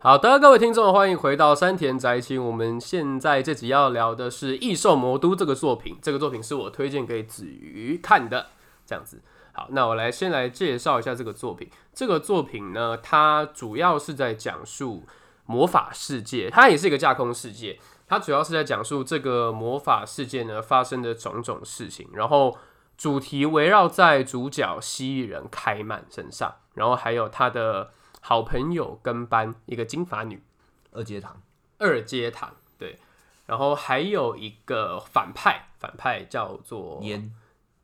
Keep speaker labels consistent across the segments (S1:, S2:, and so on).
S1: 好的，各位听众，欢迎回到山田宅青。我们现在这集要聊的是《异兽魔都》这个作品，这个作品是我推荐给子瑜看的，这样子。好，那我来先来介绍一下这个作品。这个作品呢，它主要是在讲述魔法世界，它也是一个架空世界。它主要是在讲述这个魔法世界呢发生的种种事情，然后主题围绕在主角蜥蜴人开曼身上，然后还有他的好朋友跟班一个金发女
S2: 二阶堂，
S1: 二阶堂，对，然后还有一个反派，反派叫做
S2: 烟，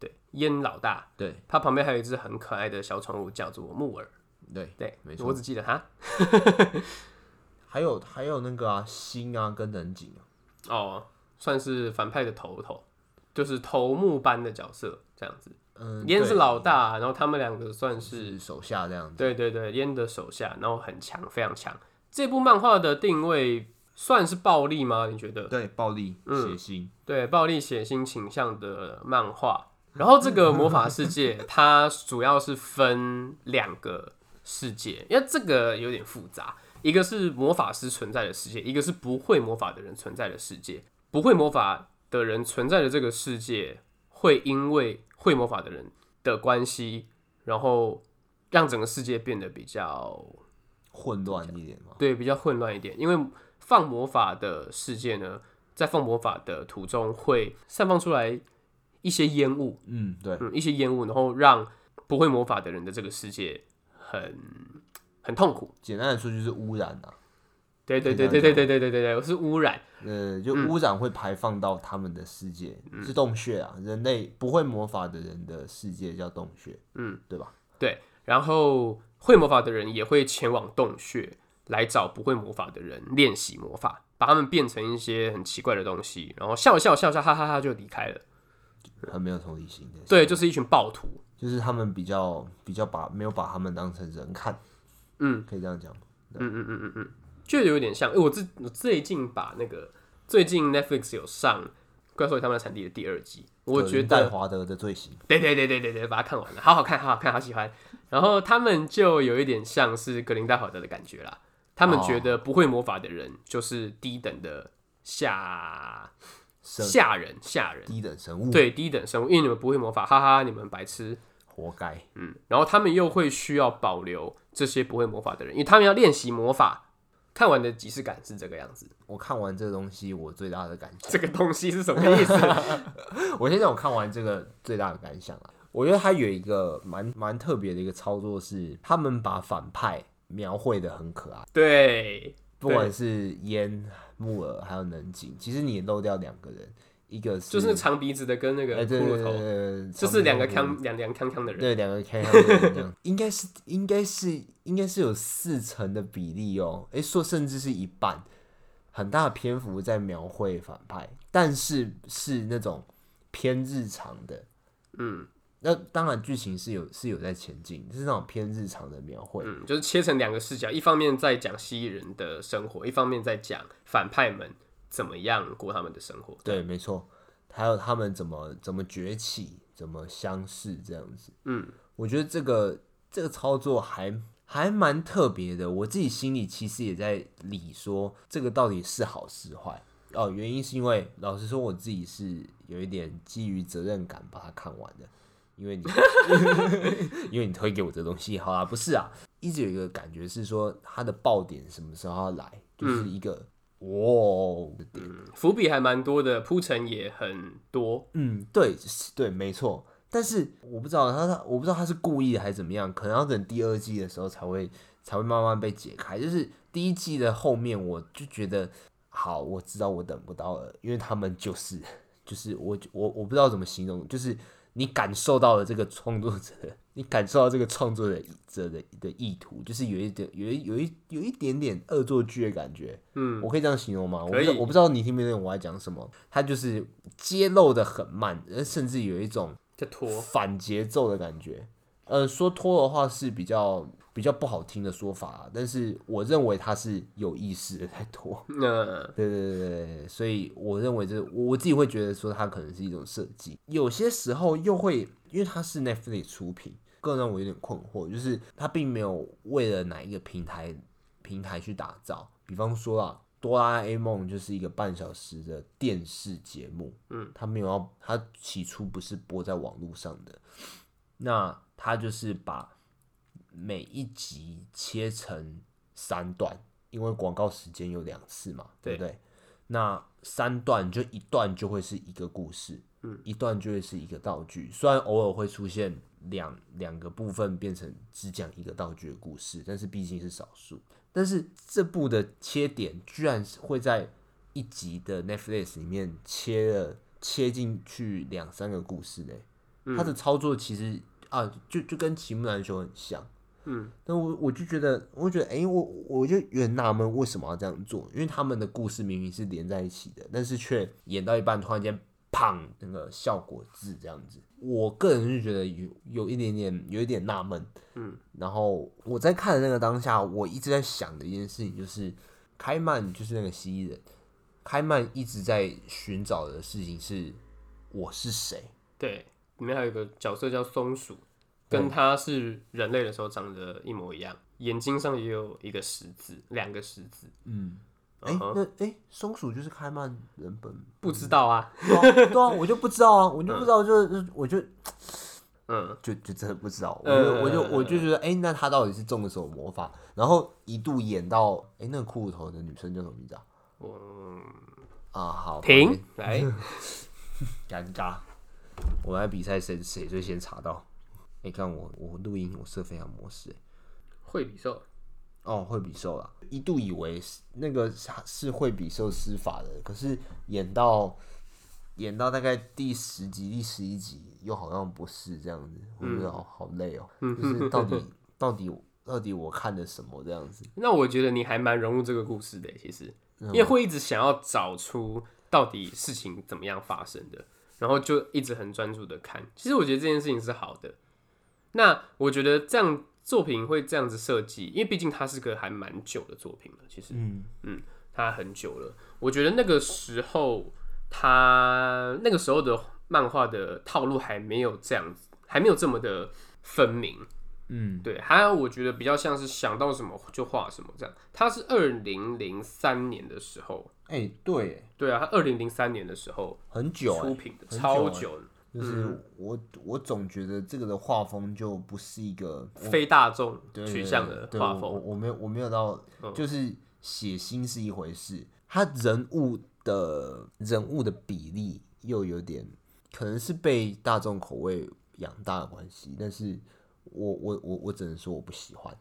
S1: 对烟老大，
S2: 对
S1: 他旁边还有一只很可爱的小宠物叫做木耳，
S2: 对，
S1: 对，
S2: 没错
S1: 我只记得他。
S2: 还有还有那个啊，星啊跟人景啊，
S1: 哦，算是反派的头头，就是头目般的角色这样子。
S2: 嗯，
S1: 烟是
S2: 对
S1: 老大，然后他们两个算是
S2: 是手下这样子，
S1: 对对对，烟的手下，然后很强，非常强。这部漫画的定位算是暴力吗？你觉得？
S2: 对，暴力、
S1: 嗯
S2: 血腥，
S1: 对暴力血腥倾向的漫画。然后这个魔法世界，它主要是分两个世界，因为这个有点复杂。一个是魔法师存在的世界，一个是不会魔法的人存在的世界。不会魔法的人存在的这个世界，会因为会魔法的人的关系，然后让整个世界变得比较
S2: 混乱一点嘛，
S1: 对，比较混乱一点。因为放魔法的世界呢，在放魔法的途中会散放出来一些烟雾，
S2: 嗯，对，
S1: 嗯，一些烟雾，然后让不会魔法的人的这个世界很很痛苦。
S2: 简单的说就是污染啊，
S1: 对对对
S2: 可
S1: 对
S2: 以这
S1: 对
S2: 样
S1: 对对对对对，是污染。
S2: 呃，就
S1: 嗯
S2: 污染会排放到他们的世界，是洞穴啊，人类不会魔法的人的世界叫洞穴，
S1: 嗯，
S2: 对吧？
S1: 对，然后会魔法的人也会前往洞穴来找不会魔法的人练习魔法，把他们变成一些很奇怪的东西，然后笑一笑笑一笑哈哈哈就离开了。
S2: 很没有同理心的，
S1: 对，就是一群暴徒。
S2: 就是他们比较比较把没有把他们当成人看，
S1: 嗯，
S2: 可以这样讲吗，
S1: 嗯嗯嗯嗯嗯，就有点像。诶我最我最近把那个最近 Netflix 有上《怪兽与他们的产地》的第二季，我
S2: 有
S1: 觉
S2: 林黛
S1: 得
S2: 华德的罪行，
S1: 对对对对对对，把它看完了，好好看，好好看，好喜欢。然后他们就有一点像是格林戴华德的感觉啦，他们觉得不会魔法的人就是低等的下
S2: 生
S1: 下人下人，
S2: 低等生物，
S1: 对低等生物，因为你们不会魔法，哈哈，你们白痴。
S2: 活该，
S1: 嗯，然后他们又会需要保留这些不会魔法的人，因为他们要练习魔法。看完的即视感是这个样子。
S2: 我看完这个东西，我最大的感想，
S1: 这个东西是什么 意思？
S2: 我先讲我看完这个最大的感想啊，我觉得它有一个蛮蛮特别的一个操作是，他们把反派描绘的很可爱，
S1: 对，
S2: 不管是烟、木耳还有能井，其实你也漏掉两个人，一个是
S1: 就是那个长鼻子的跟那
S2: 嗯哎
S1: 个
S2: 对
S1: 骷
S2: 对
S1: 髅
S2: 对对
S1: 头，
S2: 对，
S1: 就是两个
S2: 长
S1: 康两两康康的人。
S2: 对两个康康的人这样 应该是应该是应该是有四成的比例哦，诶，说甚至是一半，很大的篇幅在描绘反派，但是是那种偏日常的。
S1: 嗯
S2: 那当然，剧情是有是有在前进，就是那种偏日常的描绘。
S1: 嗯，就是切成两个视角，一方面在讲蜥蜴人的生活，一方面在讲反派们怎么样过他们的生活。
S2: 对，没错。还有他们怎么怎么崛起，怎么相识这样子。
S1: 嗯，
S2: 我觉得这个这个操作还还蛮特别的。我自己心里其实也在理说，这个到底是好是坏。哦，原因是因为老实说，我自己是有一点基于责任感把它看完的，因为你 因为你推给我这东西，好啦，不是啊，一直有一个感觉是说它的爆点什么时候要来，就是一个。哦，
S1: 嗯伏笔还蛮多的，铺陈也很多。
S2: 嗯，对，是对，没错。但是我不知道他，他我不知道他是故意的还是怎么样，可能要等第二季的时候才会才会慢慢被解开。就是第一季的后面，我就觉得好，我知道我等不到了，因为他们就是就是我我我不知道怎么形容，就是你感受到了这个创作者，你感受到这个创作者者的的意图，就是有一点有一有一有一点点恶作剧的感觉。
S1: 嗯，
S2: 我可以这样形容吗？我不
S1: 可以
S2: 知道我不知道你听没听懂我在讲什么。它就是揭露的很慢，呃，甚至有一种
S1: 在拖。
S2: 反节奏的感觉。呃，说拖的话是比较比较不好听的说法啊，但是我认为它是有意识的在拖。
S1: 那、
S2: 对对对对对，所以我认为这我我自己会觉得说它可能是一种设计，有些时候又会因为它是 Netflix 出品，更让我有点困惑，就是它并没有为了哪一个平台平台去打造。比方说啊，哆啦 A 梦就是一个半小时的电视节目，
S1: 嗯，
S2: 它没有要，它起初不是播在网络上的，那它就是把每一集切成三段，因为广告时间有两次嘛，对不对？那三段就一段就会是一个故事，
S1: 嗯，
S2: 一段就会是一个道具。虽然偶尔会出现两两个部分变成只讲一个道具的故事，但是毕竟是少数。但是这部的切点居然是会在一集的 Netflix 里面切了切进去两三个故事呢。他的操作其实啊，就就跟齐木楠雄很像。
S1: 嗯，
S2: 那我我就觉得，我就觉得，哎、我我就有点纳闷，为什么要这样做？因为他们的故事明明是连在一起的，但是却演到一半，突然间，砰，那个效果字这样子。我个人是觉得有有一点点，有一点纳闷。
S1: 嗯，
S2: 然后我在看的那个当下，我一直在想的一件事情就是，开曼就是那个蜥蜴人，开曼一直在寻找的事情是我是谁。
S1: 对，里面还有一个角色叫松鼠，跟它是人类的时候长得一模一样，眼睛上也有一个十字，两个十字。
S2: 嗯，哎、
S1: 嗯哼
S2: 那哎、松鼠就是开曼人本
S1: 不知道啊，
S2: 对啊，对啊，我就不知道啊，我就不知道，就是我就
S1: 嗯，
S2: 就就真的不知道，我就
S1: 呃
S2: 我就我就觉得，哎、那他到底是中了什么魔法？然后一度演到，哎、那个骷髅头的女生叫什么名字啊？
S1: 我
S2: 啊，好，
S1: 停来，
S2: 尴尬。我们来比赛谁谁最先查到？哎、看我我录音我设飞行模式、
S1: 惠比寿，
S2: 哦，惠比寿啦，一度以为是那个是是惠比寿施法的，可是演到演到大概第十集、第十一集，又好像不是这样子，我觉得好好累哦、就是到底到底到底我看了什么这样子？
S1: 那我觉得你还蛮融入这个故事的，其实，因为会一直想要找出到底事情怎么样发生的，然后就一直很专注的看。其实我觉得这件事情是好的。那我觉得这样作品会这样子设计，因为毕竟它是个还蛮久的作品了，其实，
S2: 嗯
S1: 它很久了。我觉得那个时候，它那个时候的漫画的套路还没有这样子，还没有这么的分明。
S2: 嗯，
S1: 对，还有我觉得比较像是想到什么就画什么这样。他是二零零三年的时候，
S2: 哎、对耶，
S1: 对啊，他二零零三年的时候
S2: 很久哎、
S1: 出品的，
S2: 很久
S1: 超
S2: 哎
S1: 久，
S2: 就是我我总觉得这个的画风就不是一个
S1: 非大众
S2: 对
S1: 取
S2: 对
S1: 向
S2: 对
S1: 的
S2: 对
S1: 画
S2: 我我
S1: 风。嗯
S2: 我没有我没有到，就是血腥是一回事，他人物的人物的比例又有点，可能是被大众口味养大的关系，但是我我我我只能说我不喜欢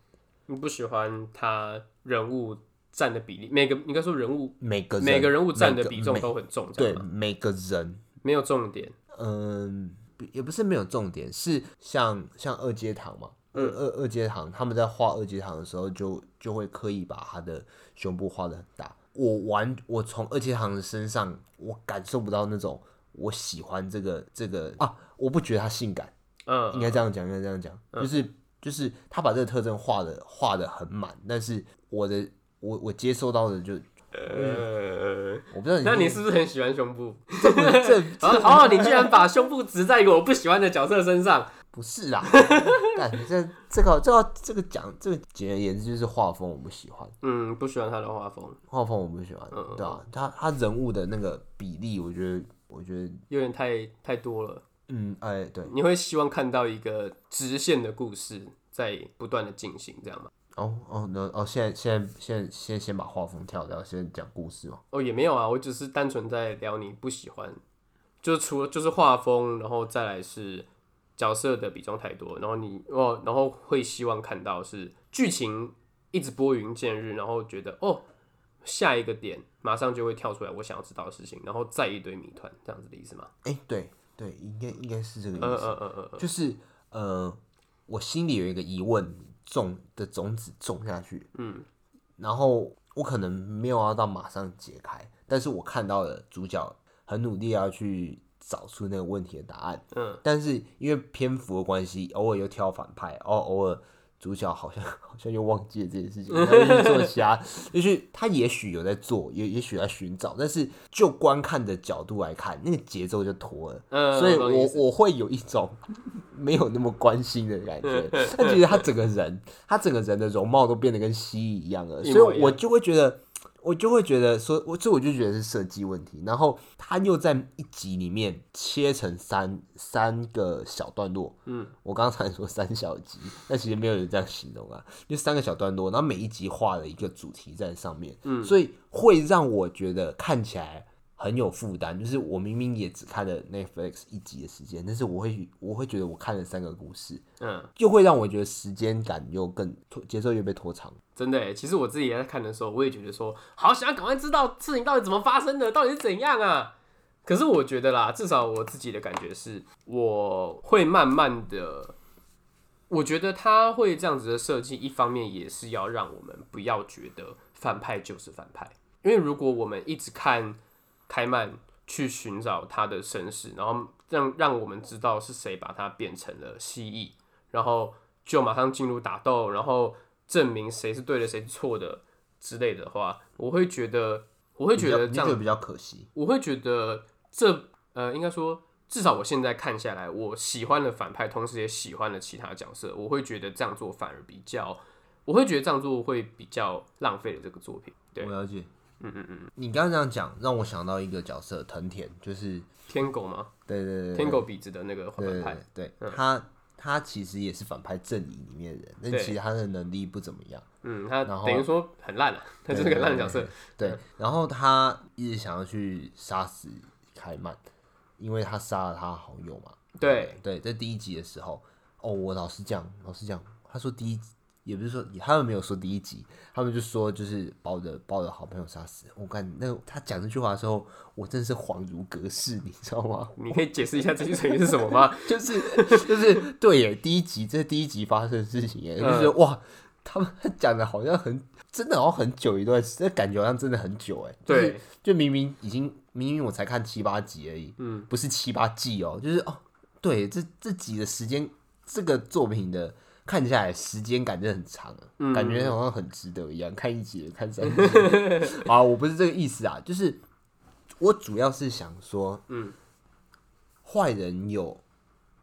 S1: 你不喜欢他人物占的比例，每个应该说人物
S2: 每个
S1: 每个人物占的
S2: 每个
S1: 比重
S2: 每
S1: 都很重，这
S2: 对
S1: 样吗
S2: 每个人，
S1: 没有重点。
S2: 嗯，不也不是没有重点，是像像二阶堂嘛。
S1: 嗯
S2: 二二二阶堂，他们在画二阶堂的时候就，就会刻意把他的胸部画的很大。我完，我从二阶堂的身上，我感受不到那种我喜欢这个这个啊，我不觉得他性感，应
S1: 嗯，
S2: 该这样讲，应该这样讲，就是就是他把这个特征画的画的很满，但是我的我我接受到的就
S1: 呃，
S2: 我不知道你
S1: 那你是不是很喜欢胸部？
S2: 这不这
S1: 啊，好，你居然把胸部植在一个我不喜欢的角色身上，
S2: 不是啦， 干这这个这个这个讲这个简而言之就是画风我不喜欢，
S1: 嗯，不喜欢他的画风，
S2: 画风我不喜欢，对啊，他他人物的那个比例，我觉得我觉得
S1: 有点太太多了。
S2: 嗯哎对，
S1: 你会希望看到一个直线的故事在不断的进行，这样吗？
S2: 哦哦那哦现在现在现在先先把画风跳掉，先讲故事嘛，
S1: 哦，也没有啊，我只是单纯在聊你不喜欢，就是除了就是画风，然后再来是角色的比重太多，然后你哦，然后会希望看到是剧情一直拨云见日，然后觉得哦，下一个点马上就会跳出来我想要知道的事情，然后再一堆谜团，这样子的意思吗？
S2: 哎对对，应该应该是这个意
S1: 嗯
S2: 思，
S1: 嗯嗯嗯嗯，
S2: 就是呃我心里有一个疑问种的种子种下去，
S1: 嗯，
S2: 然后我可能没有要到马上解开，但是我看到了主角很努力要去找出那个问题的答案，
S1: 嗯，
S2: 但是因为篇幅的关系，偶尔又挑反派，偶偶尔主角好像好像又忘记了这件事情，然后又去做其他，就是他也许有在做，也也许在寻找，但是就观看的角度来看，那个节奏就拖了，
S1: 嗯
S2: 所以
S1: 我懂你意
S2: 我
S1: 思
S2: 我会有一种没有那么关心的感觉。但其实他整个人，他整个人的容貌都变得跟蜥蜴一样了，
S1: 一模
S2: 所以
S1: 一
S2: 我
S1: 样
S2: 就会觉得，我就会觉得说，我这我就觉得是设计问题。然后他又在一集里面切成三三个小段落，
S1: 嗯，
S2: 我刚才说三小集，但其实没有人这样形容啊，就三个小段落，然后每一集画了一个主题在上面，嗯，所以会让我觉得看起来很有负担，就是我明明也只看了 Netflix 一集的时间，但是我会我会觉得我看了三个故事，
S1: 嗯，
S2: 就会让我觉得时间感又更拖节奏又被拖长。
S1: 真的欸耶，其实我自己也在看的时候，我也觉得说，好想要赶快知道事情到底怎么发生的，到底是怎样啊。可是我觉得啦，至少我自己的感觉是，我会慢慢的，我觉得他会这样子的设计，一方面也是要让我们不要觉得反派就是反派，因为如果我们一直看开曼去寻找他的身世，然后让让我们知道是谁把他变成了蜥蜴，然后就马上进入打斗，然后证明谁是对的，谁是错的之类的话，我会觉得，我会觉得这
S2: 比较
S1: 样
S2: 你觉得比较可惜，
S1: 我会觉得这呃，应该说至少我现在看下来，我喜欢了反派，同时也喜欢了其他角色，我会觉得这样做反而比较，我会觉得这样做会比较浪费了这个作品。对
S2: 我，了解。嗯嗯嗯，你刚刚这样讲，让我想到一个角色藤田，就是
S1: 天狗吗？
S2: 对对对对
S1: 天狗鼻子的那个反
S2: 对
S1: 派，
S2: 呃
S1: 嗯
S2: 对，他他其实也是反派阵营里面的人，但
S1: 对
S2: 其实他的能力不怎么样。
S1: 嗯，他
S2: 然后
S1: 等于说很烂啊，他就是个烂角色。
S2: 对，然后他一直想要去杀死凯曼，因为他杀了他好友嘛。
S1: 对
S2: 对，在第一集的时候，哦，我老实讲，老实讲，他说第一集也不是说他们没有说第一集，他们就说就是把我的把我的好朋友杀死。我感那个他讲这句话的时候，我真的是恍如隔世，你知道吗？
S1: 你可以解释一下这句成语是什么吗？
S2: 就是就是对耶，第一集这是第一集发生的事情耶，
S1: 嗯
S2: 就是、哇，他们 讲的好像很真的好像很久一段时，那感觉好像真的很久哎，就是
S1: 对，
S2: 就明明已经明明我才看七八集而已，
S1: 嗯，
S2: 不是七八季哦，就是哦，对，这这集的时间，这个作品的看下来时间感真的很长啊，
S1: 嗯
S2: 感觉好像很值得一样，看一集看三集 啊，我不是这个意思啊，就是我主要是想说，
S1: 嗯，
S2: 坏人有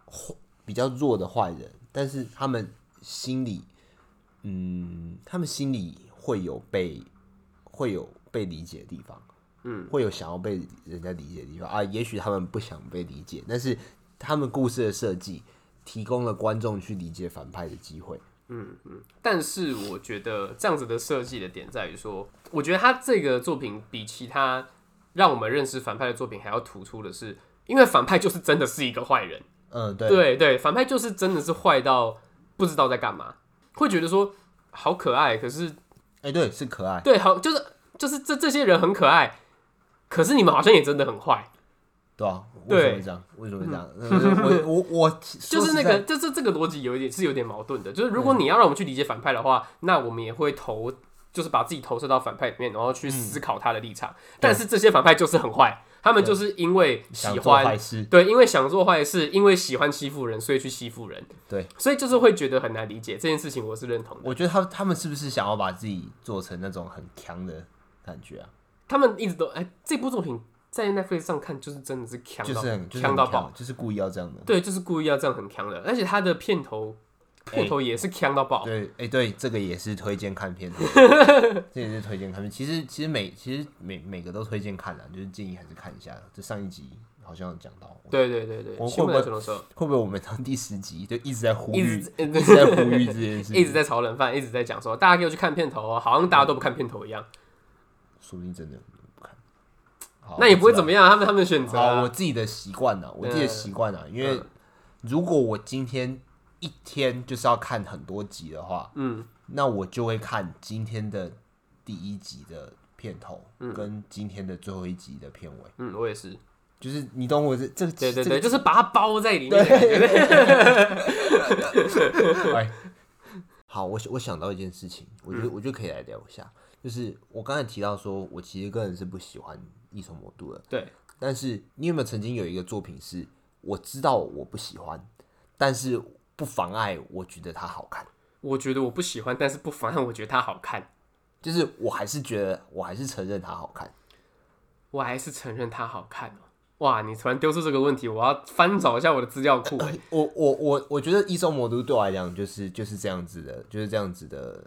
S2: 坏比较弱的坏人，但是他们心里，嗯，他们心里会有被会有被理解的地方。
S1: 嗯
S2: 会有想要被人家理解的地方啊，也许他们不想被理解，但是他们故事的设计提供了观众去理解反派的机会。
S1: 但是我觉得这样子的设计的点在于说，我觉得他这个作品比其他让我们认识反派的作品还要突出的是，因为反派就是真的是一个坏人，
S2: 嗯，对，
S1: 对对，反派就是真的是坏到不知道在干嘛，会觉得说好可爱，可是
S2: 哎、对，是可爱，
S1: 对，好就是就是这这些人很可爱，可是你们好像也真的很坏，
S2: 对啊，
S1: 对
S2: 为什么会这样？为什么会这样？嗯我我我
S1: 就
S2: 就是
S1: 那个，就是这个逻辑有一点是有点矛盾的。就是
S2: 嗯
S1: 如果你要让我们去理解反派的话，那我们也会投，就是把自己投射到反派里面，然后去
S2: 嗯
S1: 思考他的立场。但是这些反派就是很坏，他们就是因为喜欢
S2: 坏，事，
S1: 对，因为想做坏事，因为喜欢欺负人，所以去欺负人。
S2: 对，
S1: 所以就是会觉得很难理解这件事情，我是认同的。
S2: 我觉得他他们是不是想要把自己做成那种很强的感觉啊？
S1: 他们一直都，哎，这部作品在 Netflix 上看就是真的是强
S2: 就是
S1: 到
S2: 很就是
S1: 强
S2: 很
S1: 到爆，
S2: 强，就是故意要这样的。
S1: 对，就是故意要这样很强的，而且他的片头片头也是强到爆，
S2: 哎对，哎、对，这个也是推荐看 片的，这也是推荐看片。其实，其实每其实每每个都推荐看啦，就是建议还是看一下。这上一集好像有讲到，
S1: 对对对对，
S2: 我
S1: 新闻
S2: 会不
S1: 的
S2: 会
S1: 什么时候？
S2: 会不会我们到第十集就一直 在呼
S1: 一
S2: 吁，
S1: 直
S2: 一直在呼吁这件事
S1: 一直
S2: 情？
S1: 在炒冷饭，一直在讲说大家给我去看片头哦，好像大家都不看片头一样，
S2: 哦说不定真的不看，好
S1: 那也不会怎
S2: 么
S1: 么样，他们他们选择
S2: 好，我
S1: 啊，嗯
S2: 自己的习惯呢，我自己的习惯呢，因为如果我今天一天就是要看很多集的话，
S1: 嗯，
S2: 那我就会看今天的第一集的片头，跟今天的最后一集的片尾，
S1: 嗯，我也是，
S2: 就是你懂我这这个
S1: 对对
S2: 这个
S1: 对，就是把它包在里面的感觉，
S2: 哎，好，我想我想到一件事情，我
S1: 嗯
S2: 觉得、我觉得可以来聊一下，就是我刚才提到说，我其实个人是不喜欢异兽魔都的，
S1: 对，
S2: 但是你有没有曾经有一个作品是我知道我不喜欢，但是不妨碍我觉得它好看，
S1: 我觉得我不喜欢，但是不妨碍我觉得它好看，
S2: 就是我还是觉得我还是承认它好看，
S1: 我还是承认它好看哦。哇，你突然丢出这个问题，我要翻找一下我的资料库。嗯
S2: 我我我我觉得一周魔都对我来讲就是就是这样子的，就是这样子的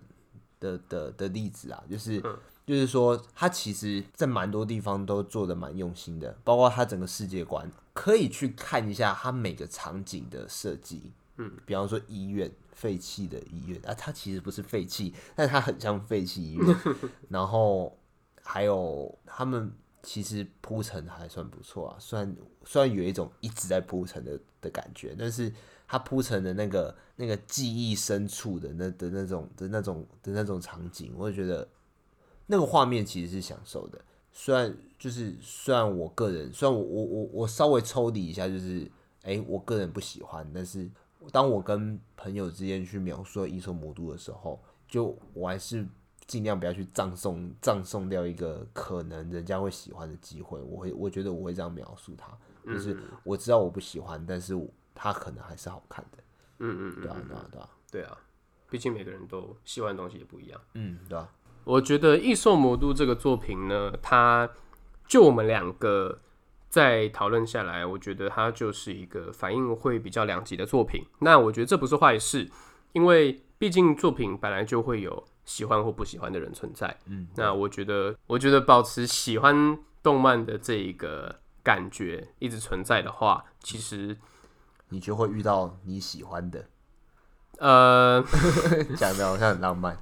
S2: 的的的例子啊，就是、就是说，他其实在蛮多地方都做的蛮用心的，包括他整个世界观，可以去看一下他每个场景的设计。嗯，比方说医院，废弃的医院啊，它其实不是废弃，但它很像废弃医院。然后还有他们其实铺陈还算不错啊，虽然虽然有一种一直在铺陈的的感觉，但是它铺陈的那个那个记忆深处的那的那种的那种的那种场景，我就觉得嗯那个画面其实是享受的。虽然就是虽然我个人，虽然我我我我稍微抽离一下，就是哎、诶我个人不喜欢，但是当我跟朋友之间去描述伊索魔都的时候，就我还是尽量不要去葬送葬送掉一个可能人家会喜欢的机会。我会我觉得我会这样描述它，就是
S1: 嗯
S2: 我知道我不喜欢，但是我它可能还是好看的。
S1: 嗯嗯
S2: 对啊，对啊，对啊，
S1: 对啊，毕竟每个人都喜欢的东西也不一样。
S2: 嗯，对啊，
S1: 我觉得《异兽魔都》这个作品呢，它就我们两个在讨论下来，我觉得它就是一个反应会比较两极的作品。那我觉得这不是坏事，因为毕竟作品本来就会有喜欢或不喜欢的人存在。
S2: 嗯，
S1: 那我觉得，我觉得保持喜欢动漫的这一个感觉一直存在的话，其实
S2: 你就会遇到你喜欢的，
S1: 呃，
S2: 讲的好像很浪漫，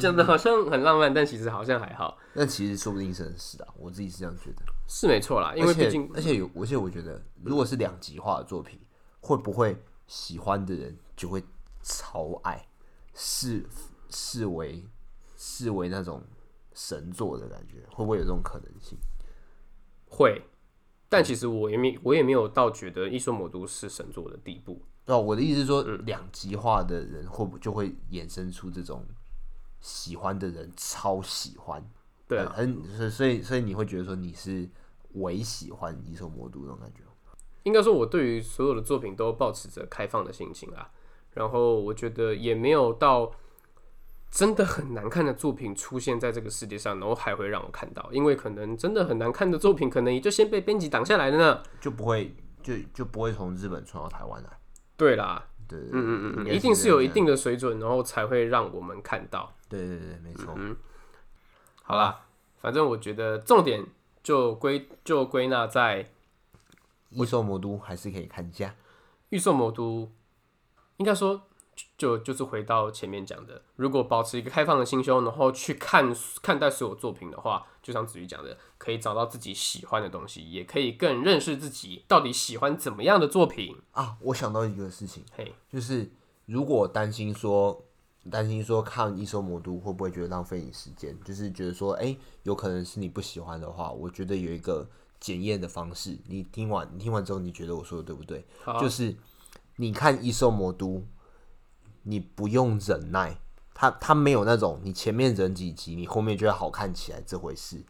S1: 讲的好像很浪漫，但其实好像还好，
S2: 但其实说不定是很是啊，我自己是这样觉得。
S1: 是没错啦。因为
S2: 而且
S1: 毕竟
S2: 而且有，而且我觉得，如果是两极化的作品，会不会喜欢的人就会超爱，视视为视为那种神作的感觉，会不会有这种可能性？
S1: 会，
S2: 嗯
S1: 但其实我也没我也没有到觉得《异兽魔都》是神作的地步。
S2: 对啊，我的意思是说，
S1: 嗯
S2: 两极化的人会不就会衍生出这种喜欢的人超喜欢？
S1: 对啊，
S2: 很，很所以所以你会觉得说你是唯喜欢《异兽魔都》那种感觉吗？
S1: 应该说我对于所有的作品都保持着开放的心情啦。然后我觉得也没有到真的很难看的作品出现在这个世界上，然后还会让我看到，因为可能真的很难看的作品，可能也就先被编辑挡下来了呢。
S2: 就不会就就不会从日本传到台湾来。
S1: 对啦，
S2: 对，对
S1: 嗯
S2: 对
S1: 嗯嗯，
S2: 应该
S1: 一定是有
S2: 这
S1: 一
S2: 样啊
S1: 定的水准，然后才会让我们看到。
S2: 对对对，没错。
S1: 嗯好啦，反正我觉得重点就归就归纳在《
S2: 异兽魔都还是可以看一下。
S1: 预售魔都》，应该说就就就是回到前面讲的，如果保持一个开放的心胸，然后去看看待所有作品的话，就像子瑜讲的，可以找到自己喜欢的东西，也可以更认识自己到底喜欢怎么样的作品。
S2: 啊，我想到一个事情，
S1: 嘿，
S2: 就是如果担心说担心说看一收魔都会不会觉得浪费你时间，就是觉得说，哎、有可能是你不喜欢的话，我觉得有一个检验的方式，你听完你听完之后，你觉得我说的对不对？
S1: 好啊
S2: 就是你看一收魔都，你不用忍耐，它它没有那种你前面忍几集，你后面就会好看起来这回事。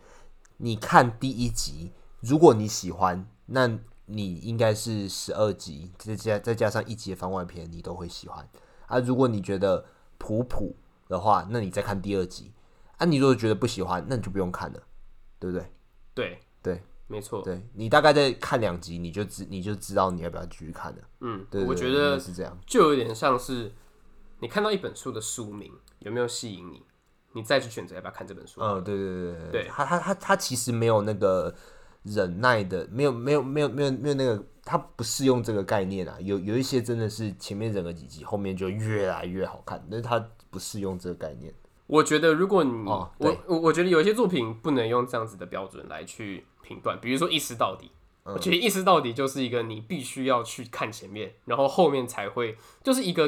S2: 你看第一集，如果你喜欢，那你应该是十二集，再加再加上一集的番外篇，你都会喜欢啊。如果你觉得普普的话，那你再看第二集啊。你如果觉得不喜欢，那你就不用看了，对不对？
S1: 对，
S2: 对
S1: 没错，
S2: 对，你大概再看两集，你就知你就知道你要不要继续看了。
S1: 嗯，
S2: 对
S1: 我
S2: 对
S1: 觉
S2: 对应
S1: 得
S2: 该是这样。
S1: 就有点像是你看到一本书的书名有没有吸引你，你再去选择要不要看这本书。
S2: 嗯，对对对对
S1: 对
S2: 他他他他其实没有那个忍耐的，没有没有没有没有没有那个，他不适用这个概念啊。有有一些真的是前面忍个几集，后面就越来越好看，但是他不适用这个概念。
S1: 我觉得如果你、
S2: 哦
S1: 我
S2: 对
S1: 我我觉得有一些作品不能用这样子的标准来去评断，比如说一丝到底。
S2: 嗯
S1: 我觉得一丝到底就是一个你必须要去看前面，然后后面才会，就是一个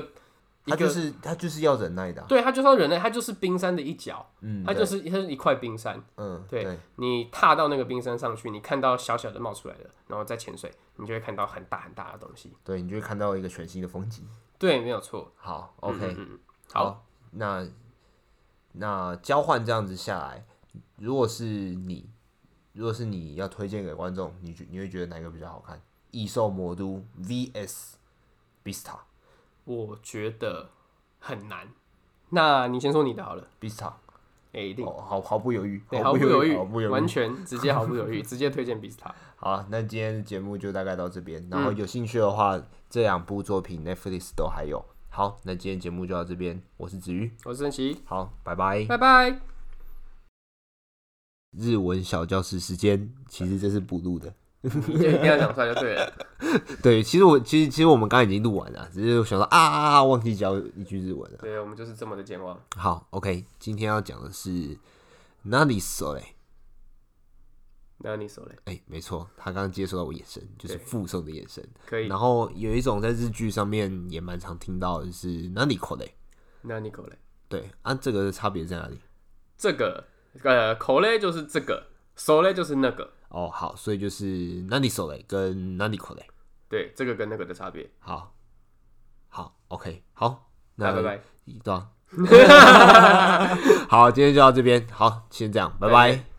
S1: 一
S2: 他就
S1: 个
S2: 是他就是要忍耐的啊、
S1: 对它就算人类，它就是冰山的一角，
S2: 嗯，
S1: 它
S2: 对
S1: 就是它是一块冰山，
S2: 嗯
S1: 对你踏到那个冰山上去，你看到小小的冒出来的，然后再潜水，你就会看到很大很大的东西。
S2: 对，你就会看到一个全新的风景。
S1: 对，没有错。
S2: 好，OK，
S1: 嗯嗯嗯好，
S2: 那那交换这样子下来，如果是你，如果是你要推荐给观众，你觉你会觉得哪个比较好看？《异兽魔都》VS Bista
S1: 我觉得很难。那你先说你的好了。
S2: Bista，
S1: 哎、一定，
S2: 哦毫毫不犹豫，
S1: 对，毫不犹
S2: 豫，
S1: 豫
S2: 毫不，犹
S1: 完
S2: 豫。
S1: 全直接毫不犹豫， 直接推荐 Vista。
S2: 好啊，那今天的节目就大概到这
S1: 嗯
S2: 边。然后有兴趣的话，这两部作品 Netflix 都还有。好，那今天节目就到这边，我是子瑜，
S1: 我是陈奇，
S2: 好，拜拜。
S1: 拜拜。
S2: 日文小教室时间，其实这是不录的。
S1: 你就一定要讲出来就对了。
S2: 对，其实我其实其实我们刚刚已经录完了，只是我想到啊啊啊，忘记教一句日文了。
S1: 对，我们就是这么的健忘。
S2: 好，OK，今天要讲的是哪里说嘞？
S1: 那你说嘞？
S2: 哎、没错，他刚刚接收到我眼神，就是
S1: 对
S2: 附送的眼神。
S1: 可以
S2: 然。后有一种在日剧上面也蛮常听到的，就是哪里口嘞？
S1: 那你口嘞？
S2: 对啊，这个差别在哪里？
S1: 这个呃，口嘞就是这个，手嘞就是那个。
S2: 哦，好，所以就是哪里手嘞跟哪里口嘞？
S1: 对，这个跟那个的差别。
S2: 好，好，OK，好，那
S1: 那拜拜。
S2: 对啊好，今天就到这边，好，先这样，拜
S1: 再
S2: 拜
S1: 见。